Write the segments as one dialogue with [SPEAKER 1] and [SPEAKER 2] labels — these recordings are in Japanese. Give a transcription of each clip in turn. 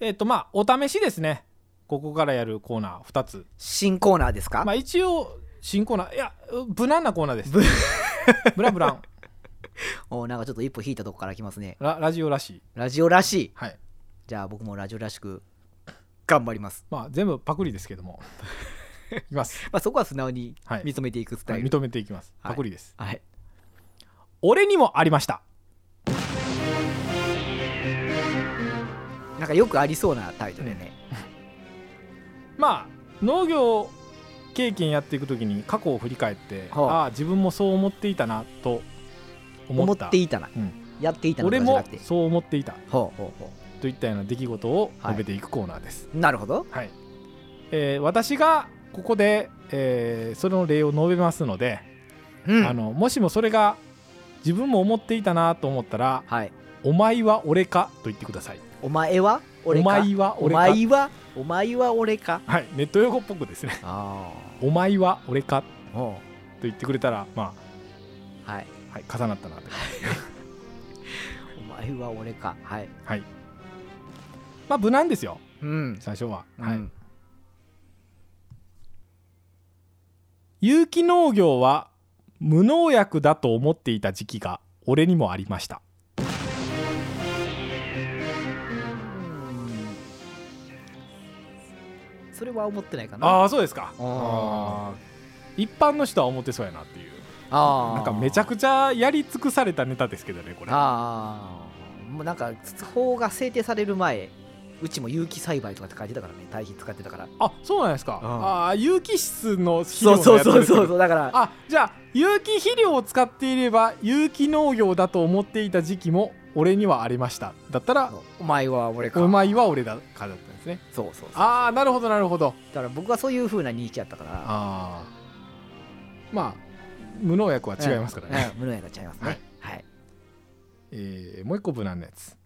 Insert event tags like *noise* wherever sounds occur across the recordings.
[SPEAKER 1] えっ、とまあお試しですねここからやるコーナー2つ
[SPEAKER 2] 新コーナーですか、
[SPEAKER 1] まあ一応新コーナーいや無難なコーナーです *laughs* ブラブラン
[SPEAKER 2] おなんかちょっと一歩引いたとこから来ますね
[SPEAKER 1] ララジオらしい
[SPEAKER 2] ラジオらしい
[SPEAKER 1] はい
[SPEAKER 2] じゃあ僕もラジオらしく頑張ります、
[SPEAKER 1] まあ全部パクリですけども *laughs* いきます、
[SPEAKER 2] まあ、そこは素直に
[SPEAKER 1] はい
[SPEAKER 2] 認めていくスタ
[SPEAKER 1] は
[SPEAKER 2] イ
[SPEAKER 1] い
[SPEAKER 2] ル、
[SPEAKER 1] 認めていきます
[SPEAKER 2] はい
[SPEAKER 1] パクリです、
[SPEAKER 2] はい
[SPEAKER 1] 俺にもありました
[SPEAKER 2] なんかよくありそうなタイトルでね、
[SPEAKER 1] まあ農業経験やっていくときに過去を振り返って、
[SPEAKER 2] はあ
[SPEAKER 1] ああ自分もそう思っていたなと思
[SPEAKER 2] 思
[SPEAKER 1] っ
[SPEAKER 2] ったていたな、
[SPEAKER 1] うん
[SPEAKER 2] やっていたのと
[SPEAKER 1] 俺
[SPEAKER 2] かじゃ
[SPEAKER 1] も
[SPEAKER 2] なくて
[SPEAKER 1] そう思っていた
[SPEAKER 2] ほうほうほ
[SPEAKER 1] といったような出来事を述べていくコーナーです、
[SPEAKER 2] うなるほど
[SPEAKER 1] はいえー私がここで、えーその例を述べますので、
[SPEAKER 2] うん
[SPEAKER 1] あのもしもそれが自分も思っていたなと思ったら
[SPEAKER 2] はい
[SPEAKER 1] 「お前は俺か」と言ってください
[SPEAKER 2] お前は
[SPEAKER 1] 「お
[SPEAKER 2] 俺か
[SPEAKER 1] 前は
[SPEAKER 2] お
[SPEAKER 1] 俺か」
[SPEAKER 2] 前はお前は俺か
[SPEAKER 1] はい、ネット用語っぽくですね *laughs*
[SPEAKER 2] あ
[SPEAKER 1] 「お前は俺か」
[SPEAKER 2] あほ
[SPEAKER 1] と言ってくれたらま
[SPEAKER 2] うはい
[SPEAKER 1] あ、はい、重なったなと
[SPEAKER 2] お前は俺かはい
[SPEAKER 1] はいまあ無難ですよ
[SPEAKER 2] うん、
[SPEAKER 1] 最初は、
[SPEAKER 2] う
[SPEAKER 1] はい
[SPEAKER 2] ん、
[SPEAKER 1] 有機農業は無農薬だと思っていた時期が俺にもありました
[SPEAKER 2] それは思ってないかな
[SPEAKER 1] ああそうですか
[SPEAKER 2] あー
[SPEAKER 1] あー一般の人は思ってそうやなっていう
[SPEAKER 2] あー
[SPEAKER 1] なんかめちゃくちゃやり尽くされたネタですけどねこれ
[SPEAKER 2] ああもうなんか法が制定される前うちも有機栽培とかって書いてたからね堆肥使ってたから
[SPEAKER 1] あそうなんですか
[SPEAKER 2] うん
[SPEAKER 1] ああー有機質の肥料
[SPEAKER 2] そうそ
[SPEAKER 1] の
[SPEAKER 2] う
[SPEAKER 1] やつ
[SPEAKER 2] そうそう
[SPEAKER 1] う
[SPEAKER 2] そうだから
[SPEAKER 1] あじゃあ有機肥料を使っていれば有機農業だと思っていた時期も俺にはありましただったら
[SPEAKER 2] お前は俺か
[SPEAKER 1] お前は俺だかだったんですね
[SPEAKER 2] そうそうそうだ
[SPEAKER 1] ああなるほどなるほど
[SPEAKER 2] から僕はそういうふうな認識やったから
[SPEAKER 1] ああまあ無農薬は違いますからね、
[SPEAKER 2] うんうん無農薬が違いますねはい
[SPEAKER 1] えーもう一個無難なやつ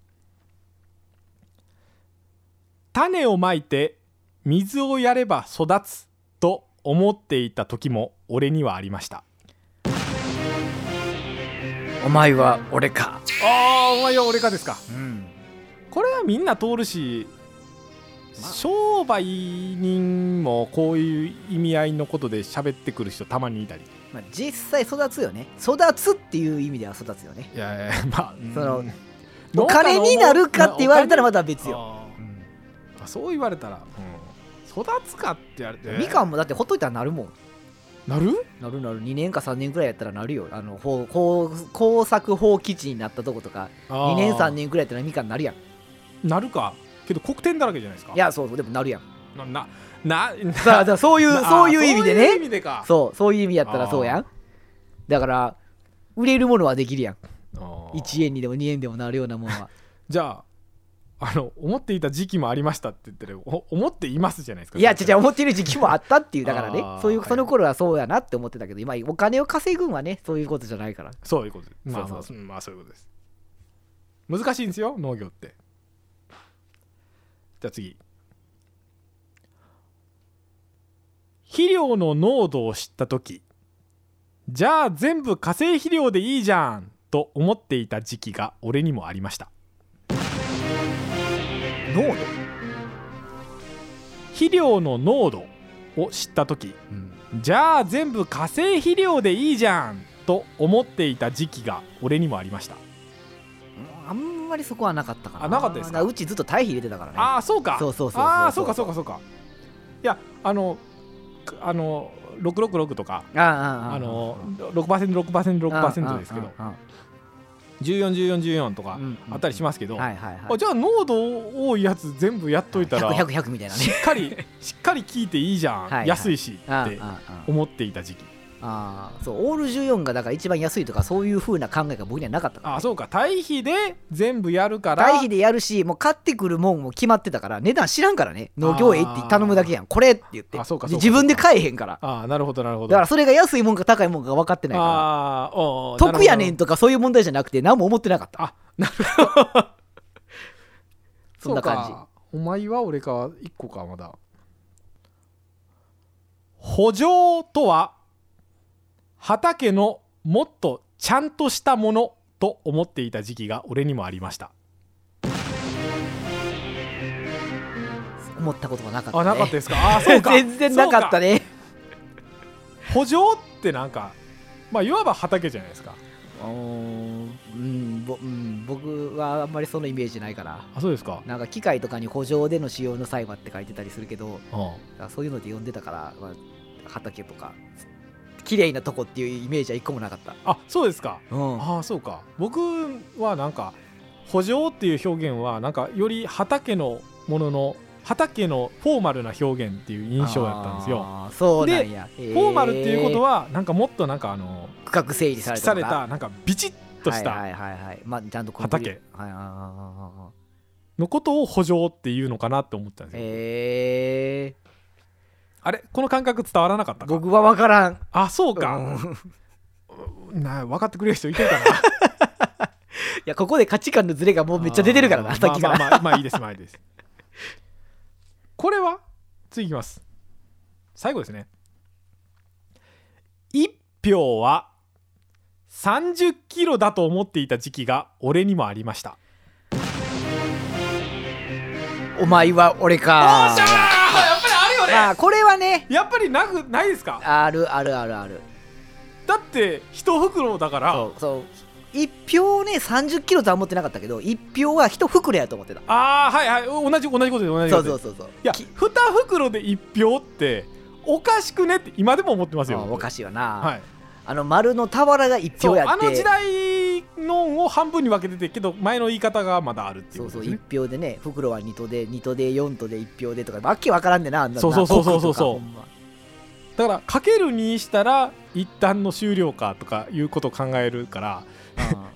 [SPEAKER 1] 種をまいて水をやれば育つと思っていた時も俺にはありました
[SPEAKER 2] お前は俺か
[SPEAKER 1] ああお前は俺かですか
[SPEAKER 2] うん
[SPEAKER 1] これはみんな通るし
[SPEAKER 2] まあ
[SPEAKER 1] 商売人もこういう意味合いのことで喋ってくる人たまにいたり
[SPEAKER 2] まあ実際育つよね育つっていう意味では育つよね
[SPEAKER 1] いや *laughs* いやまあ
[SPEAKER 2] その
[SPEAKER 1] うん
[SPEAKER 2] お金になるかって言われたらまた別よ、
[SPEAKER 1] あ
[SPEAKER 2] う
[SPEAKER 1] ー
[SPEAKER 2] ん
[SPEAKER 1] あそう言われたら、うん育つかって言われて
[SPEAKER 2] みかんもだってほっといたらなるもん
[SPEAKER 1] なる
[SPEAKER 2] なるなる2年か3年くらいやったらなるよあのほうこう耕作放棄地になったとことか2年3年くらいやったらみかんなるやんい
[SPEAKER 1] なるかけど黒点だらけじゃないですか
[SPEAKER 2] やそうそうでもなるやん
[SPEAKER 1] ななな
[SPEAKER 2] だからだからそういう
[SPEAKER 1] な
[SPEAKER 2] そういう意味で
[SPEAKER 1] そういう意
[SPEAKER 2] ね
[SPEAKER 1] 味でか
[SPEAKER 2] そうそういう意味やったらそう
[SPEAKER 1] あ
[SPEAKER 2] やんだから売れるものはできるやん
[SPEAKER 1] あー
[SPEAKER 2] 1円にでも2円でもなるようなも
[SPEAKER 1] *laughs*
[SPEAKER 2] んは
[SPEAKER 1] じゃああの思っていた時期もありましたって言ってるお思っていますじゃないですか
[SPEAKER 2] いや違う違う
[SPEAKER 1] う
[SPEAKER 2] 思ってる時期もあったっていうだからね
[SPEAKER 1] あー
[SPEAKER 2] そういう
[SPEAKER 1] はい
[SPEAKER 2] その頃はそうやなって思ってたけど今お金を稼ぐんはねそういうことじゃないから
[SPEAKER 1] そういうことですまあ
[SPEAKER 2] そ
[SPEAKER 1] ま
[SPEAKER 2] う
[SPEAKER 1] あ
[SPEAKER 2] そう
[SPEAKER 1] うんまあそういうことです難しいんですよ農業ってじゃあ次肥料の濃度を知った時じゃあ全部化成肥料でいいじゃんと思っていた時期が俺にもありました
[SPEAKER 2] 濃度、
[SPEAKER 1] 肥料の濃度を知った時じゃあ全部化成肥料でいいじゃんと思っていた時期が俺にもありました
[SPEAKER 2] あんまりそこはなかったかな
[SPEAKER 1] あなかったですか
[SPEAKER 2] だらうちずっと堆肥入れてたからね
[SPEAKER 1] ああそうか
[SPEAKER 2] そうそうそうそう
[SPEAKER 1] ああそうかそうかそうかいやあのくあの666とか
[SPEAKER 2] ああああ
[SPEAKER 1] あの 6%6%6% ですけど141414とかあったりしますけど、
[SPEAKER 2] はいはいは
[SPEAKER 1] あ
[SPEAKER 2] い
[SPEAKER 1] じゃあ濃度多いやつ全部やっといたら
[SPEAKER 2] 100100100みたいな
[SPEAKER 1] し
[SPEAKER 2] ね
[SPEAKER 1] っかりしっかり聞いていいじゃん、
[SPEAKER 2] はいはい
[SPEAKER 1] 安いしっ
[SPEAKER 2] あ
[SPEAKER 1] て
[SPEAKER 2] ああ
[SPEAKER 1] 思っていた時期
[SPEAKER 2] ああそうオール14がだから一番安いとかそういう風な考えが僕にはなかったから
[SPEAKER 1] ああそうか堆肥で全部やるから
[SPEAKER 2] 堆肥でやるしもう買ってくるもんも決まってたから値段知らんからね農業へ行って頼むだけやんこれって言って
[SPEAKER 1] あそうか
[SPEAKER 2] で
[SPEAKER 1] そうか
[SPEAKER 2] 自分で買えへんから
[SPEAKER 1] ああなるほどなるほど
[SPEAKER 2] だからそれが安いもんか高いもんかが分かってないか
[SPEAKER 1] ああおうおう
[SPEAKER 2] ら得やねん
[SPEAKER 1] なる
[SPEAKER 2] とかそういう問題じゃなくて何も思ってなかった
[SPEAKER 1] あな
[SPEAKER 2] るほどそ
[SPEAKER 1] ほど
[SPEAKER 2] んな感
[SPEAKER 1] そ
[SPEAKER 2] じ
[SPEAKER 1] うかお前は俺か一個かまだ補助とは畑のもっとちゃんとしたものと思っていた時期が俺にもありました
[SPEAKER 2] 思ったことがなかった、
[SPEAKER 1] あ
[SPEAKER 2] ね、
[SPEAKER 1] なかったです
[SPEAKER 2] *laughs*
[SPEAKER 1] かあそうか
[SPEAKER 2] 全然なかった
[SPEAKER 1] ね
[SPEAKER 2] ね
[SPEAKER 1] 補助ってなんかまあいわば畑じゃないですか
[SPEAKER 2] うーん、ぼうん、僕はあんまりそのイメージないから
[SPEAKER 1] あそうですか
[SPEAKER 2] なんか機械とかに補助での使用の際はって書いてたりするけど
[SPEAKER 1] うん
[SPEAKER 2] あそういうので呼んでたから、まあ、畑とか綺麗なとこっていうイメージは一個もなかった、
[SPEAKER 1] あそうですか
[SPEAKER 2] うん、
[SPEAKER 1] ああそうか僕はなんか補助っていう表現はなんかより畑のものの畑のフォーマルな表現っていう印象やったんですよ
[SPEAKER 2] あーそうなんやフ
[SPEAKER 1] フォーマルっていうことはなんかもっとなんかあの
[SPEAKER 2] 区画整理
[SPEAKER 1] 突
[SPEAKER 2] され
[SPEAKER 1] き
[SPEAKER 2] た
[SPEAKER 1] さ
[SPEAKER 2] と
[SPEAKER 1] れ
[SPEAKER 2] か
[SPEAKER 1] たなんかビチッとし
[SPEAKER 2] は
[SPEAKER 1] た
[SPEAKER 2] いはいはいはいまあちゃんとコンクリ
[SPEAKER 1] 畑
[SPEAKER 2] はいはいはいはいはい
[SPEAKER 1] のことを補助っていうのかなって思ったんですよ
[SPEAKER 2] え
[SPEAKER 1] あれこの感覚伝わらなかった
[SPEAKER 2] ー、
[SPEAKER 1] か
[SPEAKER 2] 僕は分からん
[SPEAKER 1] あそう
[SPEAKER 2] う
[SPEAKER 1] か
[SPEAKER 2] んい
[SPEAKER 1] な分かってくれる人いてるかな
[SPEAKER 2] やここで価値観のズレがもうめっちゃ出てるから
[SPEAKER 1] あ
[SPEAKER 2] な
[SPEAKER 1] ー
[SPEAKER 2] さっきか
[SPEAKER 1] ま
[SPEAKER 2] ら
[SPEAKER 1] あまあまあまあいいですまあいいです *laughs* これは次いきます最後ですね一票は30キロだと思っていた時期が俺にもありました
[SPEAKER 2] お前は俺か
[SPEAKER 1] おっしゃーやっぱりあるよね
[SPEAKER 2] まあこれはね
[SPEAKER 1] やっぱりなくないですか
[SPEAKER 2] あるあるあるある
[SPEAKER 1] だって一袋だから
[SPEAKER 2] そうそう一票ね3 0キロとは思ってなかったけど一票は一袋やと思ってた
[SPEAKER 1] ああはいはい同じ同じことです同じ
[SPEAKER 2] そ
[SPEAKER 1] ことで
[SPEAKER 2] う
[SPEAKER 1] す
[SPEAKER 2] そうそうそう
[SPEAKER 1] いや
[SPEAKER 2] き
[SPEAKER 1] 2袋で1票っておかしくねって今でも思ってますよ
[SPEAKER 2] あおかしいよな、
[SPEAKER 1] はい
[SPEAKER 2] あの丸の俵が一
[SPEAKER 1] そ
[SPEAKER 2] 票
[SPEAKER 1] う
[SPEAKER 2] やって
[SPEAKER 1] あの時代のを半分に分けててけど前の言い方がまだあるっていう
[SPEAKER 2] そう
[SPEAKER 1] こと
[SPEAKER 2] そう
[SPEAKER 1] ですね
[SPEAKER 2] 一票でね袋は二とで二とで四とで一票でとかわけわからんでなあんな
[SPEAKER 1] そうそうそうそうそうそう
[SPEAKER 2] な国
[SPEAKER 1] だ
[SPEAKER 2] とかほんま
[SPEAKER 1] からかける2したら一旦の終了かとかいうことを考えるから
[SPEAKER 2] うん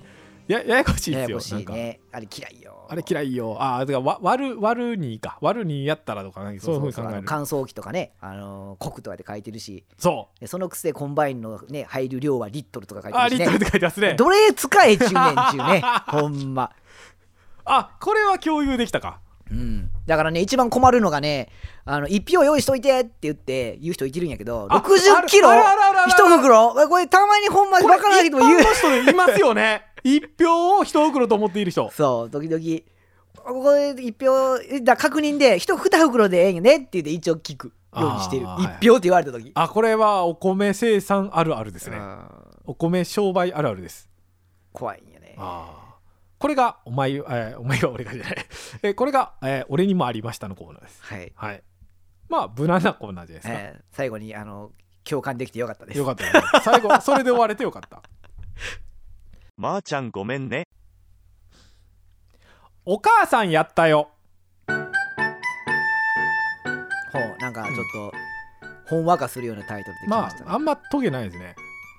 [SPEAKER 1] やややこしい
[SPEAKER 2] や
[SPEAKER 1] です
[SPEAKER 2] や
[SPEAKER 1] よ
[SPEAKER 2] こしい
[SPEAKER 1] なんか
[SPEAKER 2] ねあれ嫌いよ
[SPEAKER 1] あれ嫌いよああだからわ割る割る2か割る2やったらとかなんかそういうふうに考
[SPEAKER 2] あ
[SPEAKER 1] え
[SPEAKER 2] の
[SPEAKER 1] る
[SPEAKER 2] 乾燥機とかね、あのー、国とかで書いてるし
[SPEAKER 1] そ
[SPEAKER 2] でそのくせコンバインの、ね、入る量はリットルとか書
[SPEAKER 1] うあ
[SPEAKER 2] い
[SPEAKER 1] リッ
[SPEAKER 2] てる
[SPEAKER 1] トルって
[SPEAKER 2] しね
[SPEAKER 1] 書いてますね
[SPEAKER 2] どれ使えちゅうねんちゅう
[SPEAKER 1] *laughs*
[SPEAKER 2] ねほんま、
[SPEAKER 1] あこれは共有できたか
[SPEAKER 2] うん、だからね一番困るのがねあの1票用意しといてって言って言う人いてるんやけど
[SPEAKER 1] あ
[SPEAKER 2] 6 0キロ
[SPEAKER 1] あるあるあるある
[SPEAKER 2] 一袋これたまにほんま
[SPEAKER 1] こ
[SPEAKER 2] 分
[SPEAKER 1] れ
[SPEAKER 2] からな
[SPEAKER 1] 一
[SPEAKER 2] い人も言う
[SPEAKER 1] 般の人でいますよね一票を一袋と思っている人
[SPEAKER 2] *laughs* そう時々ここで一票だ確認で一二袋でええんやねって言って一応聞くようにしてる
[SPEAKER 1] あーはい
[SPEAKER 2] 一票って言われた時
[SPEAKER 1] あこれはお米生産あるあるですね
[SPEAKER 2] うん
[SPEAKER 1] お米商売あるあるです
[SPEAKER 2] 怖いんやね
[SPEAKER 1] あこれがお前、えーお前は俺がじゃない、えーこれが、えー俺にもありましたのコーナーです
[SPEAKER 2] はい、
[SPEAKER 1] はいまあ無難なコーナーじゃないですか、
[SPEAKER 2] えー最後にあの共感できてよかったです
[SPEAKER 1] よかったよかった最後それで終われてよかった
[SPEAKER 3] まー、ちゃんごめんね
[SPEAKER 1] お母さんやったよ
[SPEAKER 2] ほうなんかちょっと、ほんわかするようなタイトルでき
[SPEAKER 1] ま
[SPEAKER 2] ま
[SPEAKER 1] あ
[SPEAKER 2] したね、
[SPEAKER 1] あんまトゲないですね、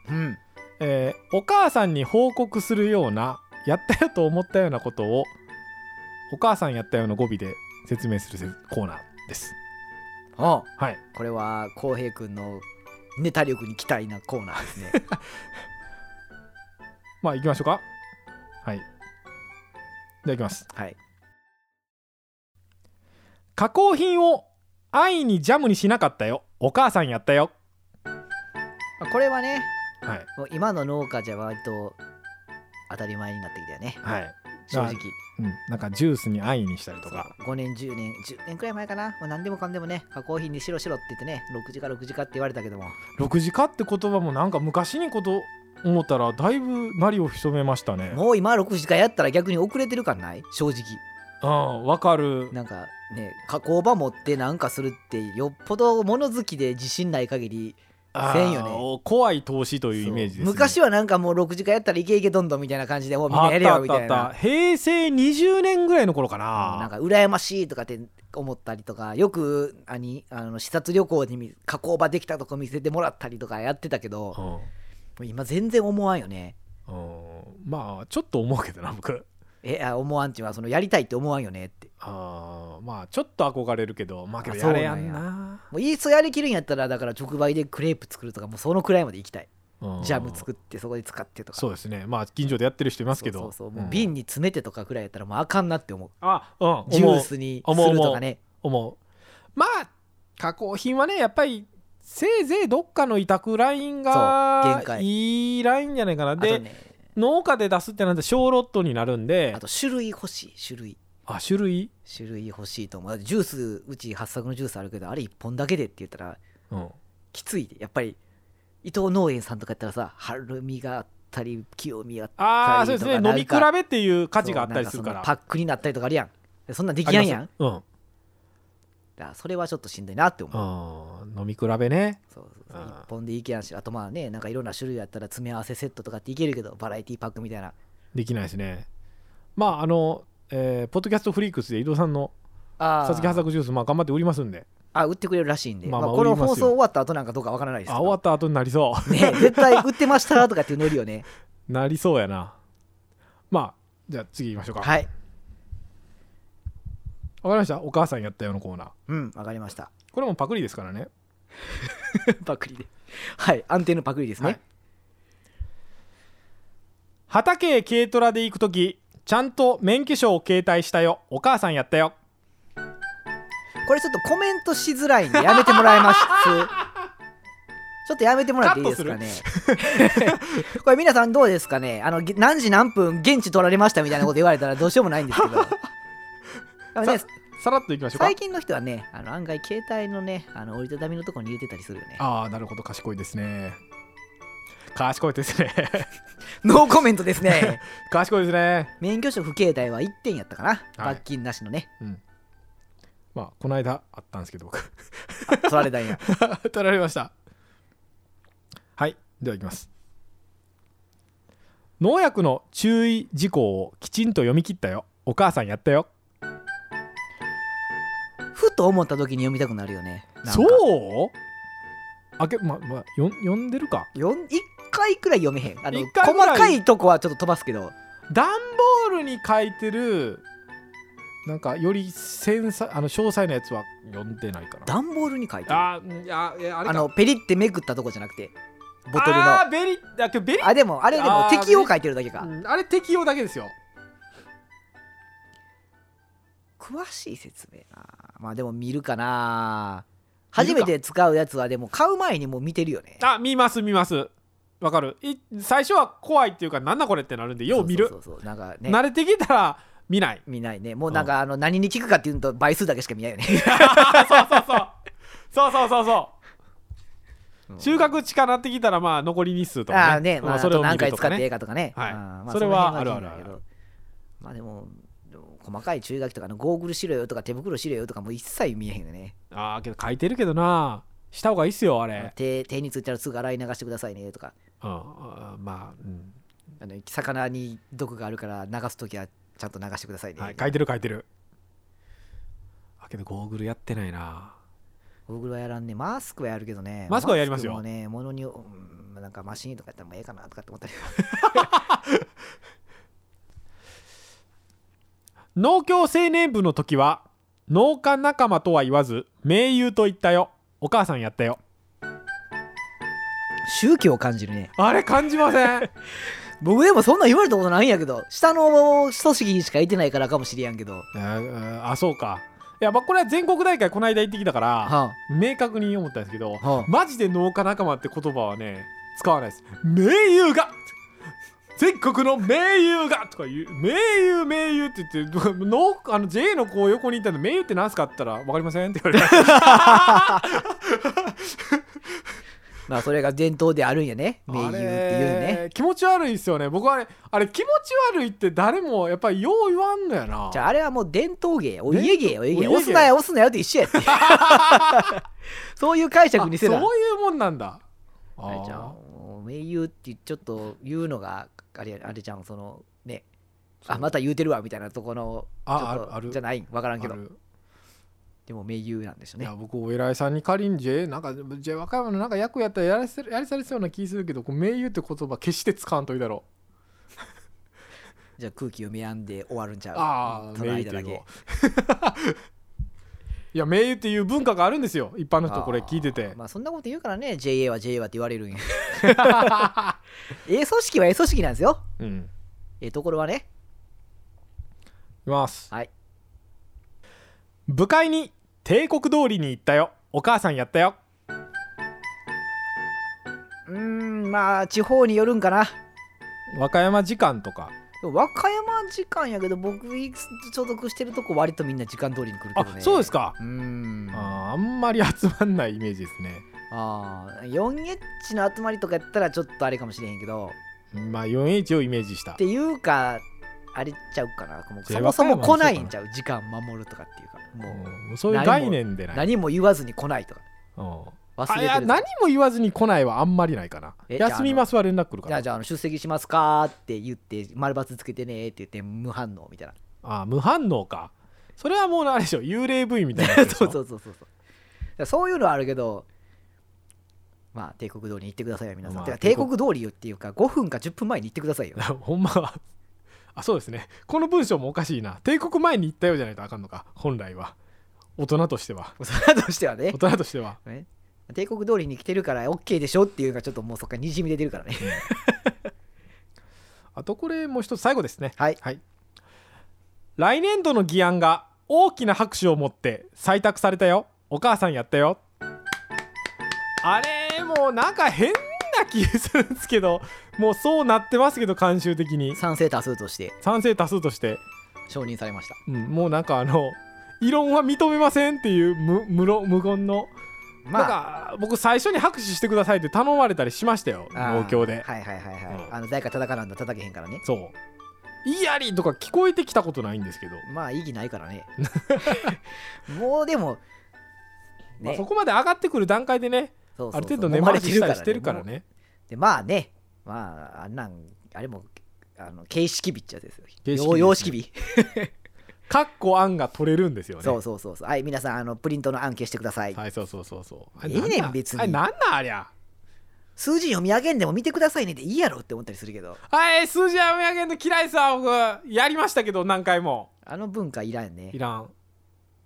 [SPEAKER 2] うん
[SPEAKER 1] えーお母さんに報告するようなやったよと思ったようなことをお母さんやったよの語尾で説明するせコーナーです
[SPEAKER 2] ほう
[SPEAKER 1] はい
[SPEAKER 2] これは浩平君のネタ力に期待なコーナーですね *laughs*
[SPEAKER 1] まあ行きましょうかはいじゃあ行きます
[SPEAKER 2] はい
[SPEAKER 1] 加工品を安易にジャムにしなかったよお母さんやったよ
[SPEAKER 2] まあこれはね
[SPEAKER 1] はい
[SPEAKER 2] もう今の農家じゃ割と当たり前になってきたよね
[SPEAKER 1] はい、
[SPEAKER 2] 正直
[SPEAKER 1] うん、なんかジュースに安易にしたりとか
[SPEAKER 2] 5年10年10年くらい前かなもう何でもかんでもね加工品にしろしろって言ってね6時か6時かって言われたけども
[SPEAKER 1] 6時化って言葉もなんか昔にこと思ったらだいぶなりを潜めましたね
[SPEAKER 2] もう今6時かやったら逆に遅れてる感ない正直
[SPEAKER 1] うんわかる
[SPEAKER 2] なんかね加工場持ってなんかするってよっぽど物好きで自信ない限り
[SPEAKER 1] あー
[SPEAKER 2] せんよね
[SPEAKER 1] 怖い投資というイメージです、ね、
[SPEAKER 2] そう昔
[SPEAKER 1] は
[SPEAKER 2] はなんかもう6時間やったらいけいけどんどんみたいな感じでもうみんなやれよみたいな
[SPEAKER 1] 平成20年ぐらいの頃かな,、
[SPEAKER 2] うんなんか羨ましいとかって思ったりとかよくあにあの視察旅行にみ加工場できたとこ見せてもらったりとかやってたけどもう今全然思わんよね
[SPEAKER 1] うん、うん、まあちょっと思うけどな僕
[SPEAKER 2] えあ思わんちゅうのはそのやりたいって思わんよねって
[SPEAKER 1] あーまあちょっと憧れるけどまあけど
[SPEAKER 2] あそ
[SPEAKER 1] や
[SPEAKER 2] うな
[SPEAKER 1] れ
[SPEAKER 2] んや
[SPEAKER 1] やんな
[SPEAKER 2] もういっそやりきるんやったらだから直売でクレープ作るとかもうそのくらいまで行きたい
[SPEAKER 1] うん
[SPEAKER 2] ジャム作ってそこで使ってとか
[SPEAKER 1] そうですねまあ近所でやってる人いますけど
[SPEAKER 2] そうそうそうもううん瓶に詰めてとかくらいやったらもうあかんなって思う
[SPEAKER 1] あうん思う
[SPEAKER 2] ジュースにす
[SPEAKER 1] 思う
[SPEAKER 2] るとかね
[SPEAKER 1] 思うまあ加工品はねやっぱりせいぜいどっかの委託ライン
[SPEAKER 2] そう
[SPEAKER 1] が
[SPEAKER 2] 限界
[SPEAKER 1] いいラインじゃないかな
[SPEAKER 2] あと
[SPEAKER 1] で
[SPEAKER 2] ね
[SPEAKER 1] 農家で出すってなると小ロットになるんで
[SPEAKER 2] あと種類欲しい種類
[SPEAKER 1] あ種類、
[SPEAKER 2] 種類欲しいと思うジュースうち発作のジュースあるけどあれ1本だけでって言ったら
[SPEAKER 1] うん、
[SPEAKER 2] きついでやっぱり伊藤農園さんとかやったらさ春見があったり清見があったり
[SPEAKER 1] ああ
[SPEAKER 2] と
[SPEAKER 1] そう
[SPEAKER 2] か
[SPEAKER 1] ですね
[SPEAKER 2] な
[SPEAKER 1] 飲
[SPEAKER 2] んか
[SPEAKER 1] み比べっていう価値があったりするから
[SPEAKER 2] そうなんそのパックになったりとかあるやんでそんなんできやんやん
[SPEAKER 1] あります
[SPEAKER 2] だからそれはちょっとしんどいなって思う
[SPEAKER 1] うん、うん、飲み比べね
[SPEAKER 2] そうそう
[SPEAKER 1] うん
[SPEAKER 2] 1本でいけやんしあとまあねなんかいろんな種類やったら詰め合わせセットとかっていけるけどバラエティパックみたいな
[SPEAKER 1] できないしねまああの、えーポッドキャストフリークスで伊藤さんの
[SPEAKER 2] あ
[SPEAKER 1] さつきは
[SPEAKER 2] ー
[SPEAKER 1] さくジュースまあ頑張って売りますんで
[SPEAKER 2] あ売ってくれるらしいんで、
[SPEAKER 1] ま
[SPEAKER 2] ま
[SPEAKER 1] あ
[SPEAKER 2] あ
[SPEAKER 1] まあ
[SPEAKER 2] この
[SPEAKER 1] 売りますよ
[SPEAKER 2] 放送終わった後なんかどうかわからないですけ
[SPEAKER 1] あ
[SPEAKER 2] ど
[SPEAKER 1] 終わった後になりそう
[SPEAKER 2] ね絶対売ってましたとかっていうノリよね
[SPEAKER 1] なりそうやなまあじ *laughs* ゃあ次行きましょうかわ、
[SPEAKER 2] はい
[SPEAKER 1] かりましたお母さんやったよのコーナー
[SPEAKER 2] うんわかりました
[SPEAKER 1] これもパクリですからね
[SPEAKER 2] パクリではい安定のパクリですね、
[SPEAKER 1] はい畑へ軽トラで行く時ちゃんと免許証を携帯したよお母さんやったよ
[SPEAKER 2] これちょっとコメントしづらいんでやめてもらえ
[SPEAKER 1] *laughs*
[SPEAKER 2] ますちょっとやめてもらっていいですかね
[SPEAKER 1] *laughs*
[SPEAKER 2] これ皆さんどうですかねあのげ何時何分現地取られましたみたいなこと言われたらどうしようもないんですけ
[SPEAKER 1] *laughs*
[SPEAKER 2] どでもね
[SPEAKER 1] ささらっと行きましょうか
[SPEAKER 2] 最近の人はねあの案外携帯のねあの折りたたみのとこに入れてたりするよね
[SPEAKER 1] ああなるほど賢いですね賢いですね *laughs*
[SPEAKER 2] ノーコメントですね
[SPEAKER 1] 賢いですね
[SPEAKER 2] 免許証不携帯は1点やったかな、
[SPEAKER 1] はい
[SPEAKER 2] 罰金なしのね
[SPEAKER 1] まあこの間あったんですけど僕
[SPEAKER 2] 取られたんや
[SPEAKER 1] *laughs* 取られましたはいでは行きます農薬の注意事項をきちんと読み切ったよお母さんやったよ
[SPEAKER 2] ふと思った時に読みたくなるよねなんか
[SPEAKER 1] そうあけままよん読んでるか
[SPEAKER 2] よん一回くらい読めへんあの
[SPEAKER 1] 一回くらい
[SPEAKER 2] 細かいとこはちょっと飛ばすけど
[SPEAKER 1] 段ボールに書いてるなんかより繊細あの詳細なやつは読んでないかな
[SPEAKER 2] 段ボールに書いてるあ
[SPEAKER 1] あーいやいやあれか
[SPEAKER 2] のペリってめくったとこじゃなくてボトルの
[SPEAKER 1] あ
[SPEAKER 2] あ
[SPEAKER 1] ーベリだけどベリ
[SPEAKER 2] でもあれでも
[SPEAKER 1] あー
[SPEAKER 2] 敵を書いてるだけか
[SPEAKER 1] うんあれ適用だけですよ
[SPEAKER 2] 詳しい説明なまあでも見るかな初めて使うやつはでも買う前にもう見てるよね
[SPEAKER 1] あ見ます見ますわかるい最初は怖いっていうかなんだこれってなるんでよう見る
[SPEAKER 2] そうそうそうそうなんかね
[SPEAKER 1] 慣れてきたら見ない
[SPEAKER 2] *laughs* 見ないねもうなんかあの何に聞くかっていうと倍数だけしか見ないよね
[SPEAKER 1] そうそうそうそうそうそうそう
[SPEAKER 2] う
[SPEAKER 1] *laughs*
[SPEAKER 2] ん
[SPEAKER 1] 収穫地かなってきたらまあ残り日数とかね
[SPEAKER 2] ああねまああ
[SPEAKER 1] それ
[SPEAKER 2] と
[SPEAKER 1] を見
[SPEAKER 2] 何
[SPEAKER 1] る
[SPEAKER 2] 回
[SPEAKER 1] と
[SPEAKER 2] 使
[SPEAKER 1] か
[SPEAKER 2] ってええ
[SPEAKER 1] ね
[SPEAKER 2] かとかね
[SPEAKER 1] はい
[SPEAKER 2] うんま
[SPEAKER 1] それは
[SPEAKER 2] の辺
[SPEAKER 1] あるある
[SPEAKER 2] いいんだ
[SPEAKER 1] あ
[SPEAKER 2] けどまあでもでも細かい注意書きとかのゴーグルしろよとか手袋しろよとかもう一切見えへんよね
[SPEAKER 1] ああけど書いてるけどなした方がいいっすよあれ、
[SPEAKER 2] 手手についたらすぐ洗い流してくださいねとか
[SPEAKER 1] うん、あーまあ、うん
[SPEAKER 2] あの魚に毒があるから流すときはちゃんと流してくださいね、
[SPEAKER 1] はい、書いてる書いてるあけどゴーグルやってないな
[SPEAKER 2] ゴーグルはやらんねマスクはやるけどね
[SPEAKER 1] マスクはやりますよ
[SPEAKER 2] マスクもねものに、うん、なんかマシンとかやったらもうええかなとかって思ったり
[SPEAKER 1] 農協青年部の時は農家仲間とは言わず盟友と言ったよお母さんやったよ
[SPEAKER 2] 宗教を感じるね
[SPEAKER 1] *laughs* あれ感じません
[SPEAKER 2] 僕でもそんなん言われたことないんやけど下の組織にしかいてないからかもしれやんけどは
[SPEAKER 1] ああそうかいやまあこれは全国大会この間行ってきたから
[SPEAKER 2] あ
[SPEAKER 1] 明確に思ったんですけど
[SPEAKER 2] は
[SPEAKER 1] マジで農家仲間って言葉はね使わないです盟友が全国の盟友がとか言う盟友盟友って言って *laughs* 農あの J の子を横にいたの盟友って何すかって言ったら分かりませんって言われた
[SPEAKER 2] まあそれが伝統であるんやね *laughs* 名優っていう
[SPEAKER 1] あ
[SPEAKER 2] ね
[SPEAKER 1] れ気持ち悪いですよね僕はあれあれ気持ち悪いって誰もやっぱりよう言わんのやな
[SPEAKER 2] じゃああれはもう伝統芸お家芸お家芸
[SPEAKER 1] お家芸
[SPEAKER 2] 押すなよ押すなよって一
[SPEAKER 1] *laughs*
[SPEAKER 2] 緒やってそういう解釈にせな
[SPEAKER 1] あそういうもんなんだあ
[SPEAKER 2] あ
[SPEAKER 1] ー
[SPEAKER 2] れじゃん名優ってちょっと言うのがあれやあれじゃんそのね
[SPEAKER 1] そう
[SPEAKER 2] あまた言うてるわみたいなとこの
[SPEAKER 1] あ
[SPEAKER 2] ちょっと
[SPEAKER 1] あるある
[SPEAKER 2] じゃないわからんけ
[SPEAKER 1] あ
[SPEAKER 2] ど
[SPEAKER 1] る
[SPEAKER 2] でも名優なんでしょう
[SPEAKER 1] い
[SPEAKER 2] ね
[SPEAKER 1] や僕お偉いさんに仮に J なんか J 和歌山のなんか役やったらやらせやりされそうな気するけどこう名優って言葉決して使わんといたろ
[SPEAKER 2] じゃあ空気読みやんで終わるんちゃう
[SPEAKER 1] ああ
[SPEAKER 2] そ
[SPEAKER 1] 名
[SPEAKER 2] の
[SPEAKER 1] 優って
[SPEAKER 2] 間だ
[SPEAKER 1] いう
[SPEAKER 2] け
[SPEAKER 1] の *laughs* いや名優っていう文化があるんですよ一般の人これ聞いて
[SPEAKER 2] あ
[SPEAKER 1] て
[SPEAKER 2] ーまあそんなこと言うからね JA は JA はって言われるんやええ組織はええ組織なんですよ
[SPEAKER 1] *laughs* うん
[SPEAKER 2] ええところはね
[SPEAKER 1] いきます、
[SPEAKER 2] はい
[SPEAKER 1] 部会に帝国通りに行ったよお母さんやったよ
[SPEAKER 2] うーんまあ地方によるんかな
[SPEAKER 1] 和歌山時間とか
[SPEAKER 2] 和歌山時間やけど僕所属してるとこ割とみんな時間通りに来るけ
[SPEAKER 1] あ
[SPEAKER 2] どね
[SPEAKER 1] そうですすか
[SPEAKER 2] うーん
[SPEAKER 1] あ
[SPEAKER 2] あ
[SPEAKER 1] ーあんまり集まんないイメージですね
[SPEAKER 2] あー 4H の集まりとかやったらちょっとあれかもしれへんけど
[SPEAKER 1] まあ 4H をイメージした
[SPEAKER 2] っていうかあれちゃうかなもう
[SPEAKER 1] じゃ
[SPEAKER 2] そ
[SPEAKER 1] あ
[SPEAKER 2] もそも
[SPEAKER 1] 和歌山もそう
[SPEAKER 2] 来
[SPEAKER 1] かな
[SPEAKER 2] ないんちゃう時間守るとかっていうかもう
[SPEAKER 1] うんそういう概念でない
[SPEAKER 2] 何も言わずに来ないとか
[SPEAKER 1] うん
[SPEAKER 2] 忘れ
[SPEAKER 1] あ
[SPEAKER 2] て
[SPEAKER 1] い
[SPEAKER 2] る
[SPEAKER 1] や
[SPEAKER 2] とか
[SPEAKER 1] 何も言わずに来ないはあんまりないかな
[SPEAKER 2] えじゃあ
[SPEAKER 1] 休みますは連絡来るか
[SPEAKER 2] じゃ
[SPEAKER 1] ら
[SPEAKER 2] あじゃああの出席しますかって言って丸×つけてねって言って無反応みたいな
[SPEAKER 1] あー無反応かそれはもうあれでしょ幽霊部員みたいなやつでし
[SPEAKER 2] *laughs* そ
[SPEAKER 1] ょ
[SPEAKER 2] うそうそうそうそう *laughs* そういうのはあるけどまあ帝国通りに行ってくださいよ皆さん、
[SPEAKER 1] まあ
[SPEAKER 2] てか帝国帝国通りよっていうか5分か10分前に行ってくださいよ
[SPEAKER 1] *laughs* ほんまはあそうですねこの文章もおかしいな帝国前に行ったようじゃないとあかんのか本来は大人としては
[SPEAKER 2] それとしてはね
[SPEAKER 1] 大人としては
[SPEAKER 2] ね帝国通りに来てるから OK でしょっていうのがちょっともうそっかにじみ出てるからね
[SPEAKER 1] あとこれもう一つ最後ですね
[SPEAKER 2] はい
[SPEAKER 1] 来年度の議案が大きな拍手を持って採択されたよお母さんやったよあれもうなんか変な気がするんですけどもうそうなってますけど慣習的に
[SPEAKER 2] 賛成多数として
[SPEAKER 1] 賛成多数として、
[SPEAKER 2] 承認されました
[SPEAKER 1] うん、もうなんかあの異論は認めませんっていう無無論無言のなん
[SPEAKER 2] まあ
[SPEAKER 1] か僕最初に拍手してくださいって頼まれたりしましたよ
[SPEAKER 2] あー
[SPEAKER 1] 東京で、
[SPEAKER 2] はいはいはいはい、
[SPEAKER 1] うん
[SPEAKER 2] あの誰か叩かなんだ叩けへんからね
[SPEAKER 1] そう「いやり」とか聞こえてきたことないんですけど、
[SPEAKER 2] まあ意義ないか
[SPEAKER 1] *laughs*
[SPEAKER 2] らねもうでも
[SPEAKER 1] まあ、そこまで上がってくる段階でね
[SPEAKER 2] そうそうそう
[SPEAKER 1] ある程度根
[SPEAKER 2] 揉ま
[SPEAKER 1] 回
[SPEAKER 2] れて
[SPEAKER 1] しし
[SPEAKER 2] る
[SPEAKER 1] た
[SPEAKER 2] から
[SPEAKER 1] り
[SPEAKER 2] ね
[SPEAKER 1] してるからね
[SPEAKER 2] でまあねまああんなんあれもあの形式日っちゃですよ
[SPEAKER 1] 形式日です
[SPEAKER 2] よ
[SPEAKER 1] ね
[SPEAKER 2] う様式日、
[SPEAKER 1] かっこ案が取れるんですよね
[SPEAKER 2] そうそうそうそうはい皆さんあのプリントの案消してください、
[SPEAKER 1] はいそうそうそうそうあれ
[SPEAKER 2] ええねん
[SPEAKER 1] なんだ
[SPEAKER 2] 別に
[SPEAKER 1] あれなんなんありゃ
[SPEAKER 2] 数字読み上げんでも見てくださいねでいいやろって思ったりするけど
[SPEAKER 1] はい数字は見上げるの嫌いさ僕やりましたけど何回も
[SPEAKER 2] あの文化いらんね
[SPEAKER 1] いらん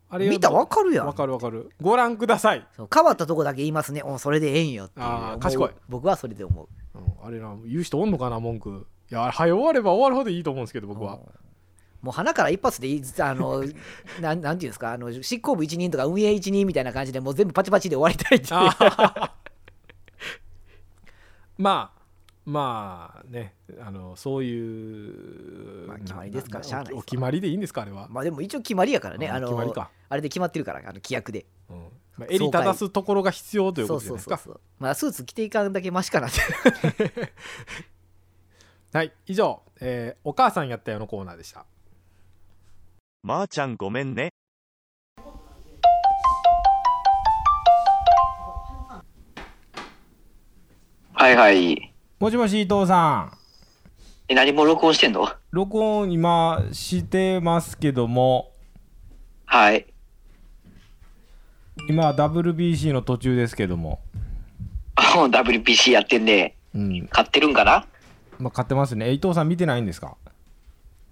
[SPEAKER 1] あ
[SPEAKER 2] 見たらわ
[SPEAKER 1] わ
[SPEAKER 2] かるやん
[SPEAKER 1] わかるわかるご覧ください、
[SPEAKER 2] そう変わったとこだけ言いますねおそれでええんよっていう
[SPEAKER 1] あー
[SPEAKER 2] 思う
[SPEAKER 1] 賢い
[SPEAKER 2] 僕はそれで思う
[SPEAKER 1] うん、あれな言う人おんのかな文句いや早終われば終わるほどいいと思うんですけど僕は
[SPEAKER 2] うんもう鼻から一発でいいあの *laughs* なんなんていうんですかあの執行部一人とか運営一人みたいな感じでもう全部パチパチで終わりた
[SPEAKER 1] *laughs*
[SPEAKER 2] いっていう
[SPEAKER 1] あーまあまあねあのそういう、
[SPEAKER 2] まあ決まりですからしゃあないですわ
[SPEAKER 1] おお決まりでいいんですかあれは、
[SPEAKER 2] まあでも一応決まりやからね
[SPEAKER 1] うん
[SPEAKER 2] あの
[SPEAKER 1] 決まりか
[SPEAKER 2] あれで決まってるからあの規約で
[SPEAKER 1] うんまあ、襟正すところが必要ということじゃないですか
[SPEAKER 2] そうそうそうそうまあスーツ着ていかんだけマシかなって
[SPEAKER 1] はい以上、えーお母さんやったよ」のコーナーでした
[SPEAKER 3] まーちゃんごめんね。
[SPEAKER 4] はいはい。
[SPEAKER 5] もしもし伊藤さん
[SPEAKER 4] え、何も録音してんの
[SPEAKER 5] 録音今してますけども
[SPEAKER 4] はい。
[SPEAKER 5] 今 WBC の途中ですけども、
[SPEAKER 4] あ WBC やってんね。
[SPEAKER 5] うん
[SPEAKER 4] 買ってるんかな
[SPEAKER 5] まあ、買ってますねえ伊藤さん見てないんですか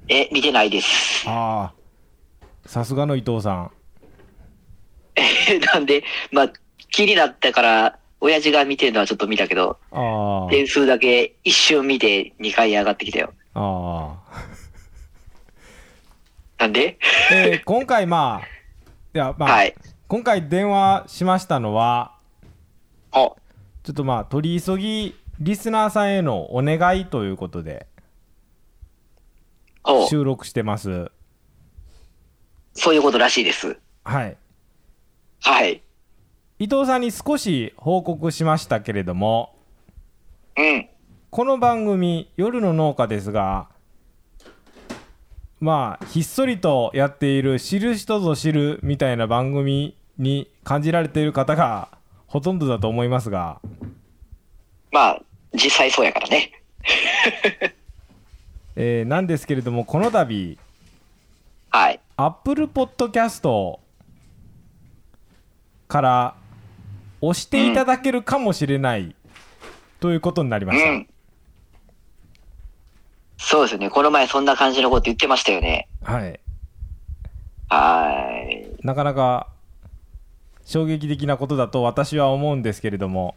[SPEAKER 4] え、見てないです。
[SPEAKER 5] ああさすがの伊藤さん
[SPEAKER 4] え *laughs* なんで、まあ、気になったから、親父が見てるのはちょっと見たけど、
[SPEAKER 5] あー
[SPEAKER 4] 点数だけ一瞬見て2回上がってきたよ。
[SPEAKER 5] あ
[SPEAKER 4] なんで
[SPEAKER 5] ーえー今回まあいやまあ、
[SPEAKER 4] はい。
[SPEAKER 5] 今回電話しましたのは
[SPEAKER 4] お、
[SPEAKER 5] ちょっとまあ取り急ぎリスナーさんへのお願いということで
[SPEAKER 4] お、
[SPEAKER 5] 収録してます
[SPEAKER 4] そういうことらしいです。
[SPEAKER 5] はい
[SPEAKER 4] はい。
[SPEAKER 5] 伊藤さんに少し報告しましたけれども
[SPEAKER 4] うん。
[SPEAKER 5] この番組「夜の農家」ですがまあひっそりとやっている知る人ぞ知るみたいな番組に感じられている方がほとんどだと思いますが
[SPEAKER 4] まあ、実際そうやからね。
[SPEAKER 5] えーなんですけれどもこの度
[SPEAKER 4] はい。
[SPEAKER 5] Apple Podcast から押していただけるかもしれない、ということになりま
[SPEAKER 4] う
[SPEAKER 5] した、
[SPEAKER 4] ん。そうですね。この前そんな感じのこと言ってましたよね。
[SPEAKER 5] はい
[SPEAKER 4] はーい。
[SPEAKER 5] なかなか衝撃的なことだと私は思うんですけれども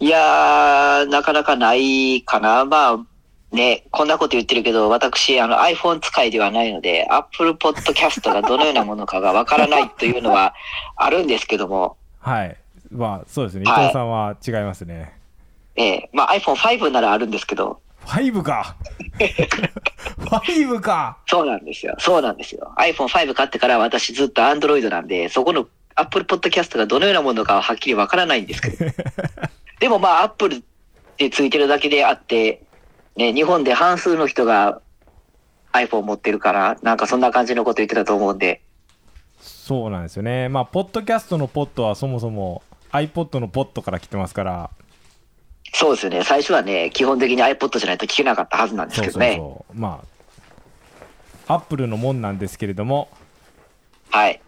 [SPEAKER 4] いやー、なかなかないかな。まあ、ね、こんなこと言ってるけど、私、あの iPhone 使いではないので、Apple Podcast がどのようなものかがわからないというのはあるんですけども、
[SPEAKER 5] はい。まあ、そうですね。伊
[SPEAKER 4] はい
[SPEAKER 5] 藤さんは違いますね。
[SPEAKER 4] ええまあ iPhone5 ならあるんですけど、
[SPEAKER 1] 5か
[SPEAKER 4] *laughs*
[SPEAKER 1] 5か
[SPEAKER 4] そうなんですよ。そうなんですよ。iPhone5 買ってから私ずっと Android なんで、そこの Apple Podcast がどのようなものかははっきりわからないんですけ
[SPEAKER 1] *laughs*
[SPEAKER 4] ど。でもまあ Apple でついてるだけであって、ね、日本で半数の人が iPhone 持ってるから、なんかそんな感じのこと言ってたと思うんで、
[SPEAKER 1] そうなんですよねまあポッドキャストのポッドはそもそも iPod のポッドから来てますから
[SPEAKER 4] そうですよね。最初はね、基本的に iPod じゃないと聞けなかったはずなんです
[SPEAKER 1] そう
[SPEAKER 4] け
[SPEAKER 1] そう
[SPEAKER 4] ど
[SPEAKER 1] そ
[SPEAKER 4] ね。
[SPEAKER 1] うまあアップルのもんなんですけれども
[SPEAKER 4] はい。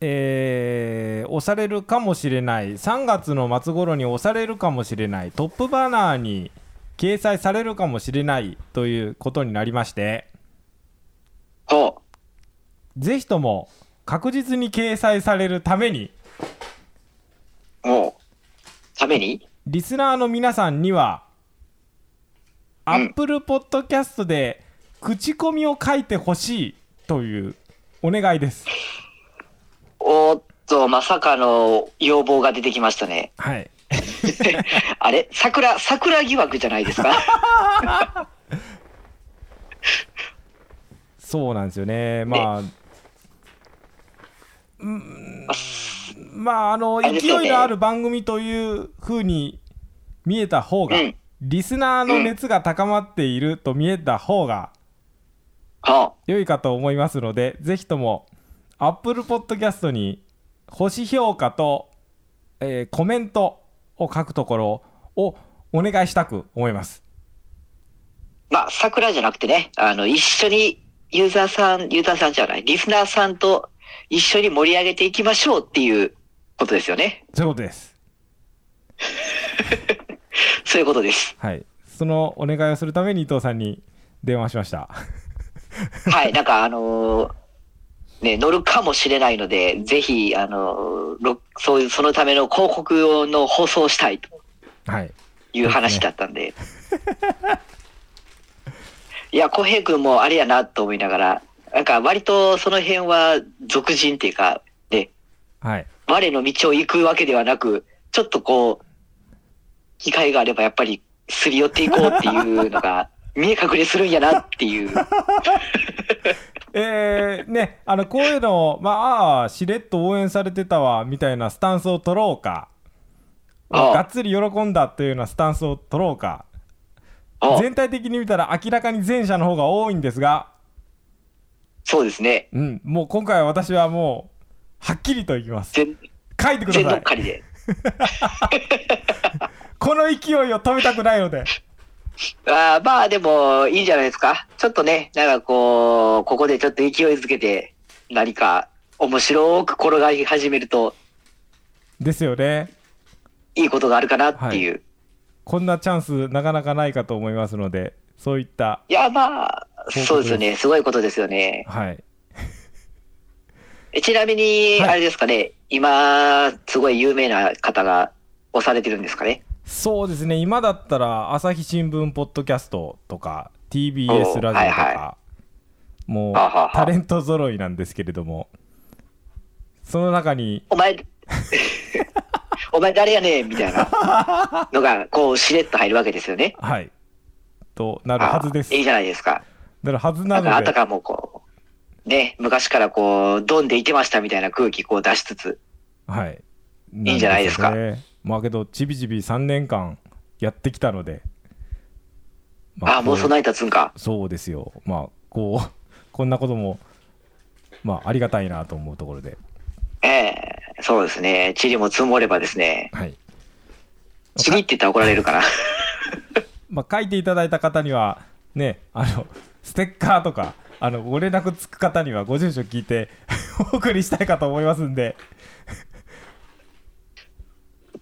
[SPEAKER 1] えー、押されるかもしれない3月の末頃に押されるかもしれないトップバナーに掲載されるかもしれないということになりまして
[SPEAKER 4] ほう。
[SPEAKER 1] ぜひとも確実に掲載されるために
[SPEAKER 4] もう、ために
[SPEAKER 1] リスナーの皆さんには
[SPEAKER 4] ん
[SPEAKER 1] Apple Podcast で口コミを書いてほしいというお願いです。
[SPEAKER 4] おーっと、まさかの要望が出てきましたね。
[SPEAKER 1] はい、
[SPEAKER 4] あれ桜、桜疑惑じゃないですか
[SPEAKER 1] そうなんですよね。まあ、まああの
[SPEAKER 4] あれですよね
[SPEAKER 1] 勢いのある番組という風に見えた方が、
[SPEAKER 4] うん
[SPEAKER 1] リスナーの熱が高まっていると見えた方が
[SPEAKER 4] ほ
[SPEAKER 1] 良いかと思いますので、ぜひとも Apple Podcast に星評価と、えーコメントを書くところをお願いしたく思います。
[SPEAKER 4] う。まあ、桜じゃなくてね、あの、一緒にユーザーさん、ユーザーさんじゃない、リスナーさんと一緒に盛り上げていきましょうっていうことですよね。
[SPEAKER 1] ということです。
[SPEAKER 4] そういうこと
[SPEAKER 1] *laughs*
[SPEAKER 4] です。
[SPEAKER 1] はい、そのお願いをするために伊藤さんに電話しました。
[SPEAKER 4] はい、なんかあのーね、乗るかもしれないので、ぜひ、あのーろそういう、そのための広告用の放送をしたいと
[SPEAKER 1] はい。
[SPEAKER 4] いう話だったんで。 *laughs* いや、浩平君もあれやなと思いながら、なんか割とその辺は俗人っていうか、ね、
[SPEAKER 1] はい。
[SPEAKER 4] 我の道を行くわけではなく、ちょっとこう、機会があればやっぱりすり寄っていこうっていうのが、見え隠れするんやなっ
[SPEAKER 1] *laughs*
[SPEAKER 4] ていう。
[SPEAKER 1] えー、ね、あの、こういうのを、まあ、あーしれっと応援されてたわ、みたいなスタンスを取ろうか、
[SPEAKER 4] ああ
[SPEAKER 1] がっつり喜んだというようなスタンスを取ろうか、
[SPEAKER 4] あ
[SPEAKER 1] 全体的に見たら明らかに前者の方が多いんですが、
[SPEAKER 4] そうですね。
[SPEAKER 1] うん、もう今回は私はもう、はっきりと言います。
[SPEAKER 4] 全
[SPEAKER 1] 書いてく
[SPEAKER 4] 全
[SPEAKER 1] だ
[SPEAKER 4] 乗
[SPEAKER 1] さ
[SPEAKER 4] っ
[SPEAKER 1] い。
[SPEAKER 4] かりで。
[SPEAKER 1] この勢いを止めたくないので、
[SPEAKER 4] あーまあでもいいんじゃないですか。ちょっとね、なんかこう、ここでちょっと勢いづけて、何か面白く転がり始めると、
[SPEAKER 1] ですよね。
[SPEAKER 4] いいことがあるかなっていう。い、
[SPEAKER 1] こんなチャンス、なかなかないかと思いますので、そういった、
[SPEAKER 4] や、まあ、
[SPEAKER 1] そういうことです
[SPEAKER 4] そうですよね。すごいことですよね。
[SPEAKER 1] はい。
[SPEAKER 4] えちなみに、
[SPEAKER 1] はい
[SPEAKER 4] あれですかね、今、すごい有名な方が押されてるんですかね。
[SPEAKER 1] そうですね今だったら朝日新聞ポッドキャストとか TBS
[SPEAKER 4] お
[SPEAKER 1] ラ
[SPEAKER 4] う
[SPEAKER 1] ジオとか、
[SPEAKER 4] はいは
[SPEAKER 1] もう
[SPEAKER 4] はあはあは
[SPEAKER 1] タ
[SPEAKER 4] あ
[SPEAKER 1] レント揃いなんですけれどもその中に *laughs*
[SPEAKER 4] お前、お前誰やねんみたいなのが、こう、しれっと入るわけですよね。
[SPEAKER 1] はいとなるはずです
[SPEAKER 4] あーいいじゃないですか。
[SPEAKER 1] なるはず
[SPEAKER 4] な
[SPEAKER 1] なん
[SPEAKER 4] かあ
[SPEAKER 1] の
[SPEAKER 4] た
[SPEAKER 1] で
[SPEAKER 4] かもこう、ね、昔からこう、ドンでいてましたみたいな空気こう出しつつ、
[SPEAKER 1] はい
[SPEAKER 4] いんじゃないですか
[SPEAKER 1] んねまあけどちびちび3年間やってきたので、ま
[SPEAKER 4] ああ、もう
[SPEAKER 1] こ
[SPEAKER 4] 備え立つんか。
[SPEAKER 1] そうですよまあこうこんなこともまあありがたいなと思うところで
[SPEAKER 4] ええそうですね。チリも積もればですね、
[SPEAKER 1] はい
[SPEAKER 4] チリって言ったら怒られるから。
[SPEAKER 1] まあ、書いていただいた方にはねあのステッカーとかあのご連絡つく方にはご住所聞いて *laughs* お送りしたいかと思いますんで、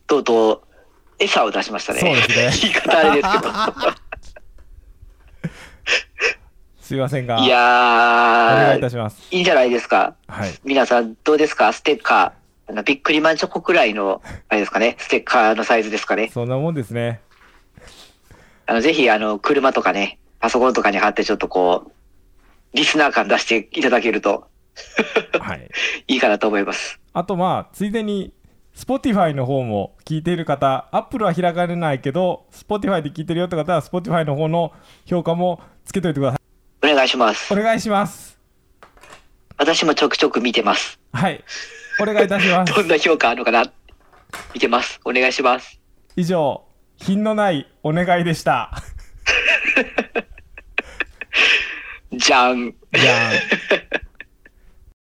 [SPEAKER 4] とうとう、餌を出しましたね。
[SPEAKER 1] そうですね
[SPEAKER 4] *laughs* 言い方あれですけ
[SPEAKER 1] すいませんが
[SPEAKER 4] ど。い
[SPEAKER 1] お願いい
[SPEAKER 4] や
[SPEAKER 1] た
[SPEAKER 4] ー、
[SPEAKER 1] します
[SPEAKER 4] いいんじゃないですか。
[SPEAKER 1] はい
[SPEAKER 4] 皆さんどうですかステッカー。あのびっくりマンチョコくらいの、あれですかね、ステッカーのサイズですかね。
[SPEAKER 1] そんなもんですね
[SPEAKER 4] あの、ぜひ、あの、車とかね、パソコンとかに貼って、ちょっとこう、リスナー感出していただけると
[SPEAKER 1] はい
[SPEAKER 4] いいかなと思います。
[SPEAKER 1] あとまあついでに Spotify の方も聞いている方、Apple は開かれないけど、Spotify で聞いてるよって方は、Spotify の方の評価もつけといてください。
[SPEAKER 4] お願いします
[SPEAKER 1] お。願いします。
[SPEAKER 4] 私もちょくちょく見てます。
[SPEAKER 1] はい。お願いいたします。
[SPEAKER 4] *laughs* どんな評価あるのかな見てます。お願いします。
[SPEAKER 1] 以上、品のないお願いでした。
[SPEAKER 4] じゃん。
[SPEAKER 1] じゃあ、